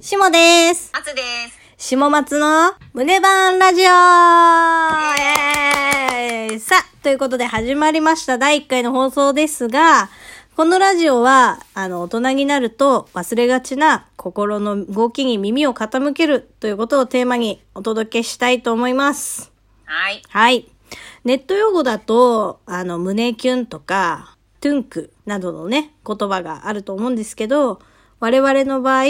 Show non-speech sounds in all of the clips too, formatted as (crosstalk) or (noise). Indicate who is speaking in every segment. Speaker 1: しもです。
Speaker 2: 松です。
Speaker 1: しも松の胸バーンラジオイエーイさあ、ということで始まりました第1回の放送ですが、このラジオは、あの、大人になると忘れがちな心の動きに耳を傾けるということをテーマにお届けしたいと思います。
Speaker 2: はい。
Speaker 1: はい。ネット用語だと、あの、胸キュンとか、トゥンクなどのね、言葉があると思うんですけど、我々の場合、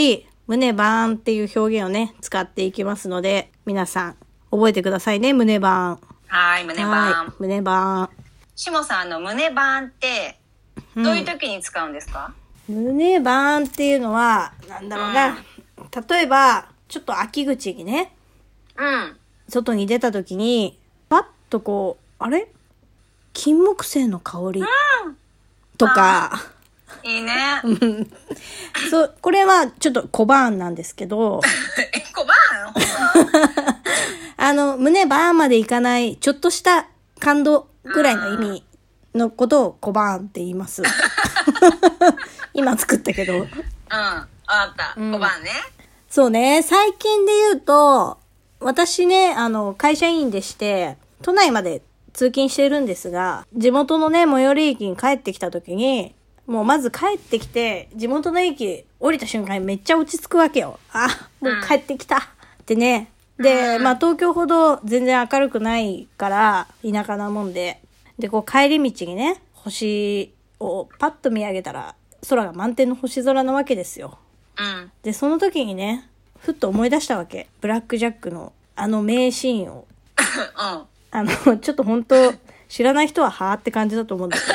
Speaker 1: 胸バーンっていう表現をね、使っていきますので、皆さん、覚えてくださいね、胸バーン。
Speaker 2: はい、胸バー
Speaker 1: は
Speaker 2: ン
Speaker 1: い。。胸バ
Speaker 2: しもさん、あの、胸バーンって、
Speaker 1: うん
Speaker 2: どういう時に使うんですか、
Speaker 1: ーン。胸バーンっていうのは、なんだろうな。例えば、ちょっと秋口にね、
Speaker 2: うん、
Speaker 1: 外に出た時に、パッとこう、あれ金木犀の香りとか、
Speaker 2: いいね。
Speaker 1: そう、これはちょっと小バーンなんですけど、
Speaker 2: (laughs) え、小バーンほん
Speaker 1: あの、胸バーンまでいかない、ちょっとした感動ぐらいの意味のことを小バーンって言います。今作ったけど。
Speaker 2: うん。わかった。
Speaker 1: うん
Speaker 2: 小バーンね。
Speaker 1: そうね、最近で言うと、私ね、あの、会社員でして、都内まで通勤してるんですが、地元のね、最寄り駅に帰ってきた時に、もうまず帰ってきて、地元の駅降りた瞬間にめっちゃ落ち着くわけよ。あ、もう帰ってきたってね。で、まあ東京ほど全然明るくないから、田舎なもんで。で、こう帰り道にね、星をパッと見上げたら、空が満天の星空なわけですよ。
Speaker 2: うん。
Speaker 1: で、その時にね、ふっと思い出したわけ。ブラックジャックのあの名シーンを。
Speaker 2: うん。
Speaker 1: あの、 (laughs) ちょっと本当知らない人ははーって感じだと思うんだけど、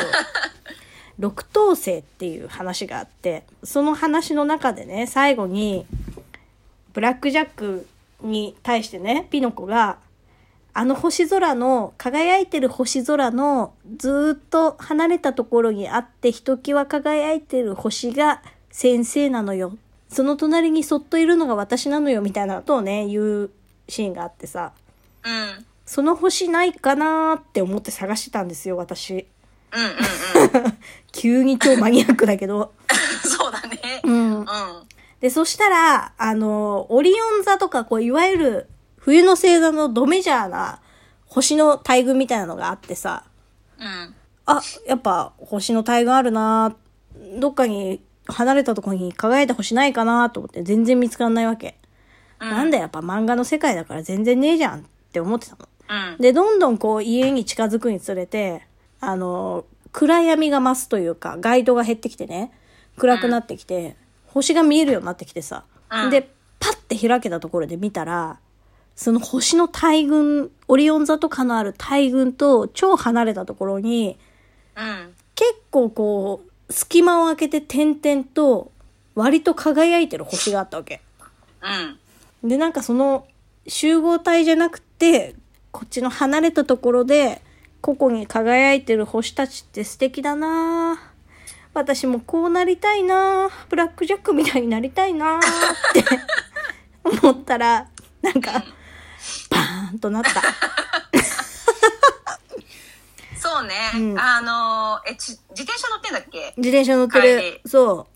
Speaker 1: 六等星っていう話があって、その話の中でね、最後に、ブラックジャックに対してね、ピノコが、あの星空の、輝いてる星空の、ずーっと離れたところにあって、ひときわ輝いてる星が先生なのよ。その隣にそっといるのが私なのよ、みたいなことをね、言うシーンがあってさ。
Speaker 2: うん。うん。
Speaker 1: その星ないかなーって思って探してたんですよ、私。 (laughs)
Speaker 2: うん。 (laughs) うん。うん。
Speaker 1: 急に超マニアックだけど。
Speaker 2: そうだね。
Speaker 1: う
Speaker 2: うん。
Speaker 1: ん。で、そしたら、あの、オリオン座とか、こう、いわゆる、冬の星座のドメジャーな星の大群みたいなのがあってさ、
Speaker 2: うん。
Speaker 1: あ、やっぱ星の大群あるなーどっかに離れたとこに輝いた星ないかなーと思って全然見つからないわけ。
Speaker 2: うん
Speaker 1: なんだよやっぱ漫画の世界だから全然ねえじゃんって思ってたの。
Speaker 2: うん。
Speaker 1: で、どんどんこう家に近づくにつれて、あの、暗闇が増すというか、街灯が減ってきてね、暗くなってきて、星が見えるようになってきてさ、
Speaker 2: うん
Speaker 1: で、パッて開けたところで見たら、その星の大群、オリオン座とかのある大群と超離れたところに、
Speaker 2: うん。
Speaker 1: 結構こう、隙間を開けて点々と、割と輝いてる星があったわけ。
Speaker 2: うん。
Speaker 1: でなんかその集合体じゃなくてこっちの離れたところで個々に輝いてる星たちって素敵だなあ私もこうなりたいなあブラックジャックみたいになりたいなあって (laughs) 思ったらなんかバーンとなった
Speaker 2: そうね。
Speaker 1: うん
Speaker 2: あのーえ、ち、自転車乗ってんだっけ
Speaker 1: 自転車乗ってる、
Speaker 2: 帰
Speaker 1: そ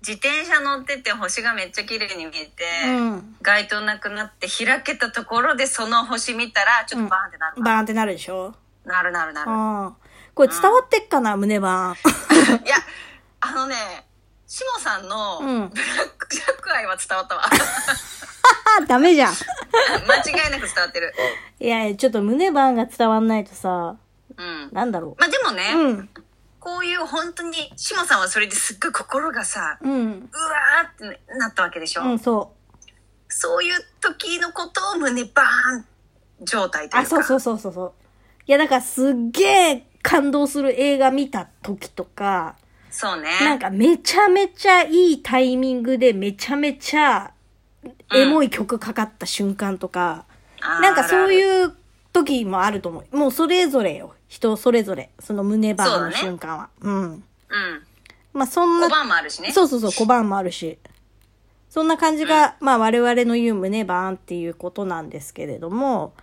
Speaker 2: 自転車乗ってて星がめっちゃ綺麗に見えて、
Speaker 1: う、うん、
Speaker 2: 街灯なくなって開けたところでその星見たら、ちょっとバーンってなる。
Speaker 1: バーンってなるでしょ
Speaker 2: なるなるなる。
Speaker 1: あこれ伝わってっかな、胸バーン
Speaker 2: いや、あのね、しもさんのブ
Speaker 1: う
Speaker 2: ラッ
Speaker 1: ん
Speaker 2: クジャック愛は伝わったわ。 (laughs)
Speaker 1: あダメじゃん
Speaker 2: 間違いなく伝わってる。
Speaker 1: いやいやちょっと胸バーンが伝わんないとさ
Speaker 2: うん。
Speaker 1: なんだろ
Speaker 2: まあでもね、
Speaker 1: ううん
Speaker 2: こういう本当に、しもさんはそれですっごい心がさ、
Speaker 1: うん。
Speaker 2: うわーってなったわけでしょ、
Speaker 1: うん、そう。
Speaker 2: そういう時のことを胸バーン状態という
Speaker 1: あ、
Speaker 2: か。
Speaker 1: そうそうそうそうそう。いや、だからすっげえ感動する映画見た時とか、
Speaker 2: そうね。
Speaker 1: なんかめちゃめちゃいいタイミングでめちゃめちゃエモい曲かかった瞬間とか、
Speaker 2: あー
Speaker 1: なんかそう
Speaker 2: ある
Speaker 1: いう時もあると思う。もうそれぞれよ。人それぞれ。その胸バーン
Speaker 2: そうだ
Speaker 1: の
Speaker 2: ね
Speaker 1: 瞬間は。うん。
Speaker 2: ある
Speaker 1: まあそん
Speaker 2: うん。
Speaker 1: な
Speaker 2: 小判もあるしね。
Speaker 1: そうそうそう、小判もあるし。そんな感じが、まあ我々の言う胸バーンっていうことなんですけれども、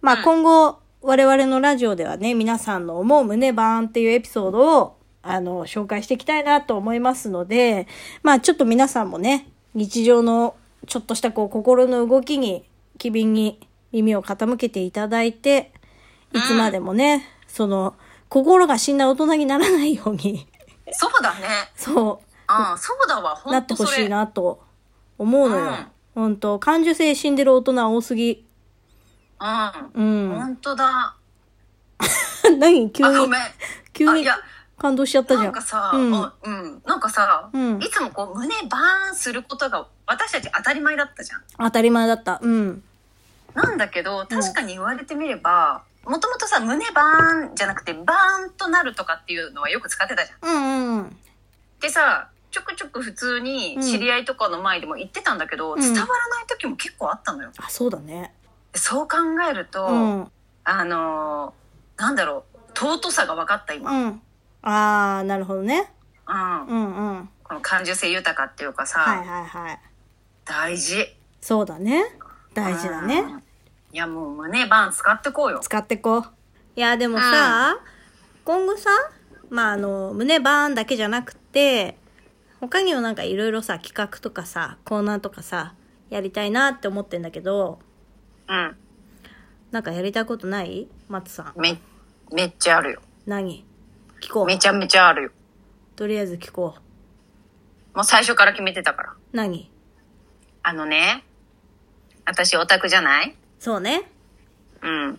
Speaker 1: ま
Speaker 2: う
Speaker 1: あ
Speaker 2: ん
Speaker 1: 今後、我々のラジオではね、皆さんの思う胸バーンっていうエピソードを、あの、紹介していきたいなと思いますので、まあちょっと皆さんもね、日常のちょっとしたこう心の動きに、機敏に耳を傾けていただいて、いつまでもね、その、心が死んだ大人にならないように、 (laughs)
Speaker 2: そうだね。
Speaker 1: そ
Speaker 2: うん、そうだわ。
Speaker 1: う、な
Speaker 2: 本
Speaker 1: って
Speaker 2: 当
Speaker 1: ほ
Speaker 2: そ
Speaker 1: しい
Speaker 2: れ。
Speaker 1: なと思うのよ。
Speaker 2: うん
Speaker 1: 本当感受性死んでる大人多すぎ。う
Speaker 2: うん。
Speaker 1: ん。
Speaker 2: 本当だ。
Speaker 1: (laughs) 何急
Speaker 2: あ、ご
Speaker 1: に
Speaker 2: めん。、
Speaker 1: 急
Speaker 2: あい
Speaker 1: に
Speaker 2: や、
Speaker 1: 感動しちゃったじゃ
Speaker 2: なん
Speaker 1: ん
Speaker 2: か。さ、
Speaker 1: う
Speaker 2: うんん、うん、なんかさ、
Speaker 1: うん
Speaker 2: いつもこう胸バーンすることが私たち当たり前だったじゃん。
Speaker 1: 当たり前だった。うん。
Speaker 2: なんだけど、確かに言われてみれば、もともとさ、胸バーンじゃなくて、バーンとなるとかっていうのはよく使ってたじゃん。
Speaker 1: うんうん。
Speaker 2: でさ、ちょくちょく普通に知り合いとかの前でも言ってたんだけど、
Speaker 1: うん
Speaker 2: 伝わらない時も結構あったのよ。
Speaker 1: あ、そうだね。
Speaker 2: そう考えると、
Speaker 1: うん。
Speaker 2: あのーなんだろう、尊さが分かった今。うん。
Speaker 1: うん。あー、なるほどね。うんうん。
Speaker 2: この感受性豊かっていうかさ、
Speaker 1: はいはいはい。
Speaker 2: 大事。
Speaker 1: そうだね。大事だね。
Speaker 2: うん。いやもう胸バーン使ってこうよ。
Speaker 1: 使ってこう。いや、でもさ、今後さ、まあ、あの、胸バーンだけじゃなくて、他にもなんかいろいろさ、企画とかさ、コーナーとかさ、やりたいなって思ってんだけど、
Speaker 2: うん。
Speaker 1: なんかやりたいことない松さん。
Speaker 2: め、めっちゃあるよ。
Speaker 1: 何聞こ
Speaker 2: め
Speaker 1: う。
Speaker 2: ちゃめちゃあるよ。
Speaker 1: とりあえず聞こう。
Speaker 2: もう最初から決めてたから。
Speaker 1: 何
Speaker 2: あのね、私オタクじゃない
Speaker 1: そうね。
Speaker 2: うん。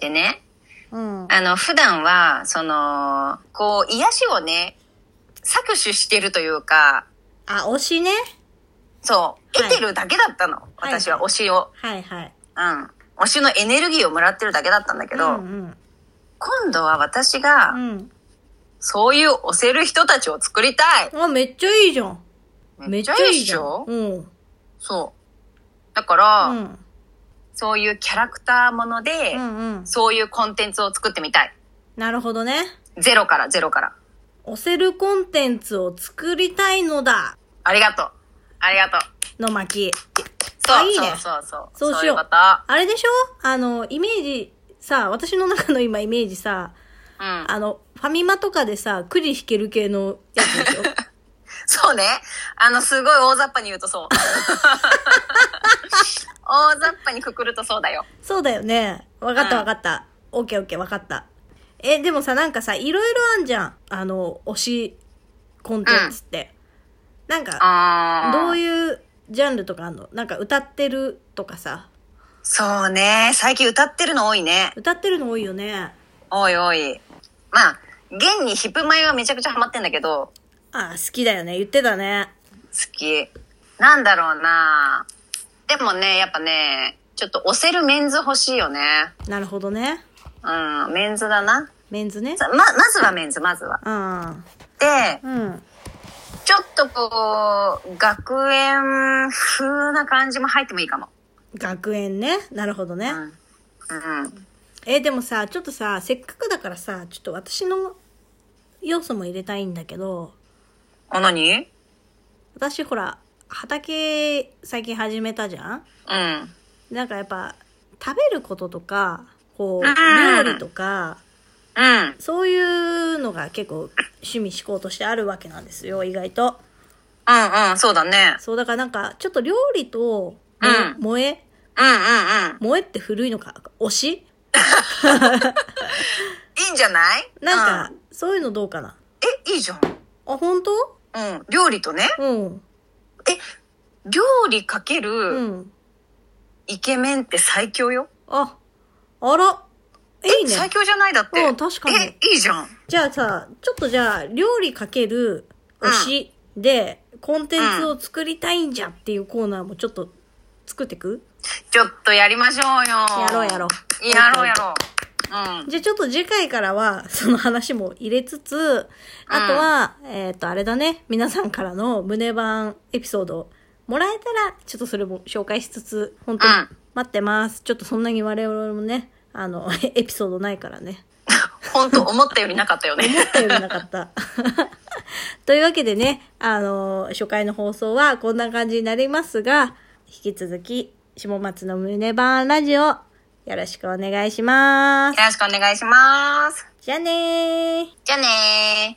Speaker 2: でね、
Speaker 1: うん。
Speaker 2: あの、普段は、その、こう、癒しをね、搾取してるというか、
Speaker 1: あ、推しね。
Speaker 2: そう、
Speaker 1: はい
Speaker 2: 得てるだけだったの。
Speaker 1: はい
Speaker 2: 私は推しを。
Speaker 1: はいはい。
Speaker 2: うん。推しのエネルギーをもらってるだけだったんだけど、
Speaker 1: うん
Speaker 2: 今度は私
Speaker 1: う
Speaker 2: が、
Speaker 1: ん。
Speaker 2: そういう推せる人たちを作りたい
Speaker 1: うん。あ、めっちゃいいじゃん。
Speaker 2: めっちゃいいっしょ
Speaker 1: うん。
Speaker 2: そう。だから、
Speaker 1: うん。
Speaker 2: そういうキャラクターもので、
Speaker 1: うんうん。
Speaker 2: そういうコンテンツを作ってみたい。
Speaker 1: なるほどね。
Speaker 2: ゼロから、ゼロから。
Speaker 1: 押せるコンテンツを作りたいのだ
Speaker 2: ありがとう。ありがとう。
Speaker 1: の巻。
Speaker 2: そ
Speaker 1: あ
Speaker 2: う、
Speaker 1: いいね
Speaker 2: そうそうそう。
Speaker 1: そうしよう
Speaker 2: いうこと。
Speaker 1: あれでしょあの、イメージ、さ、私の中の今イメージさ、
Speaker 2: うん。
Speaker 1: あの、ファミマとかでさ、くじ引ける系のやつでしょ
Speaker 2: そうね。あの、すごい大雑把に言う
Speaker 1: (laughs)
Speaker 2: とそう。大雑把にくくるとそうだよ。
Speaker 1: そうだよね。わかったわかった。オッケーオッケーわかった。え、でもさ、なんかさ、いろいろあんじゃん。あの、推しコンテンツって。なんか、
Speaker 2: あ
Speaker 1: どう
Speaker 2: う。
Speaker 1: いうジャンルとかあんのなんか歌ってるとかさ。
Speaker 2: そうね。最近歌ってるの多いね。
Speaker 1: 歌ってるの多いよね。
Speaker 2: 多い多い。まあ、現にヒップマイはめちゃくちゃハマってんだけど、
Speaker 1: ああ、好きだよね。言ってたね。
Speaker 2: 好き。なんだろうなでもね、やっぱね、ちょっと押せるメンズ欲しいよね。
Speaker 1: なるほどね。
Speaker 2: うん、メンズだな。
Speaker 1: メンズね。
Speaker 2: さま、まずはメンズ、まずは。
Speaker 1: うん。
Speaker 2: で、
Speaker 1: うん。
Speaker 2: ちょっとこう、学園風な感じも入ってもいいかも。
Speaker 1: 学園ね。なるほどね。
Speaker 2: うん。うん。
Speaker 1: え、でもさ、ちょっとさ、せっかくだからさ、ちょっと私の要素も入れたいんだけど、
Speaker 2: あ、何うん。
Speaker 1: 私ほら、畑最近始めたじゃん
Speaker 2: あ
Speaker 1: なんかやっぱ、食べることとか、こう、
Speaker 2: うん
Speaker 1: 料理とか、
Speaker 2: ーうん。
Speaker 1: そういうのが結構趣味思考としてあるわけなんですよ、意外と。
Speaker 2: うんうん、そうだね。
Speaker 1: そう、だからなんか、ちょっと料理と、
Speaker 2: うん
Speaker 1: 萌え、
Speaker 2: うんうんうん。
Speaker 1: 萌えって古いのか、推し
Speaker 2: いいんじゃない
Speaker 1: なん
Speaker 2: う
Speaker 1: か、そういうのどうかな。
Speaker 2: え、いいじゃん。
Speaker 1: あ、本当
Speaker 2: うん。料理とね、
Speaker 1: うん。
Speaker 2: 料理かけ
Speaker 1: う
Speaker 2: る
Speaker 1: ん。
Speaker 2: イケメンって最強よ。
Speaker 1: あ、あら。いいね。
Speaker 2: 最強じゃないだって。
Speaker 1: うん確かに
Speaker 2: え、いいじゃん。
Speaker 1: じゃあさ、ちょっとじゃあ、料理かける推しで、コンテンツを作りたいんじゃっていうコーナーもちょっと作ってく
Speaker 2: ちょっとやりましょうよ。
Speaker 1: やろうやろう
Speaker 2: やろうやろう。うん。 (laughs)
Speaker 1: じゃあちょっと次回からは、 (laughs) その話も入れつつ、あとは、えっ、と、あれだね、皆さんからの胸バーンエピソードもらえたら、ちょっとそれも紹介しつつ、本当に
Speaker 2: うん
Speaker 1: 待ってます。ちょっとそんなに我々もね、あの、 (laughs) エピソードないからね。
Speaker 2: ほんと思ったよりなかったよね。
Speaker 1: 思ったよりなかった。 (laughs) というわけでね、あの初回の放送はこんな感じになりますが、引き続き、下松の胸バーンラジオ、よろしくお願いします。
Speaker 2: よろしくお願いします。
Speaker 1: じゃあねー。
Speaker 2: じゃあねー。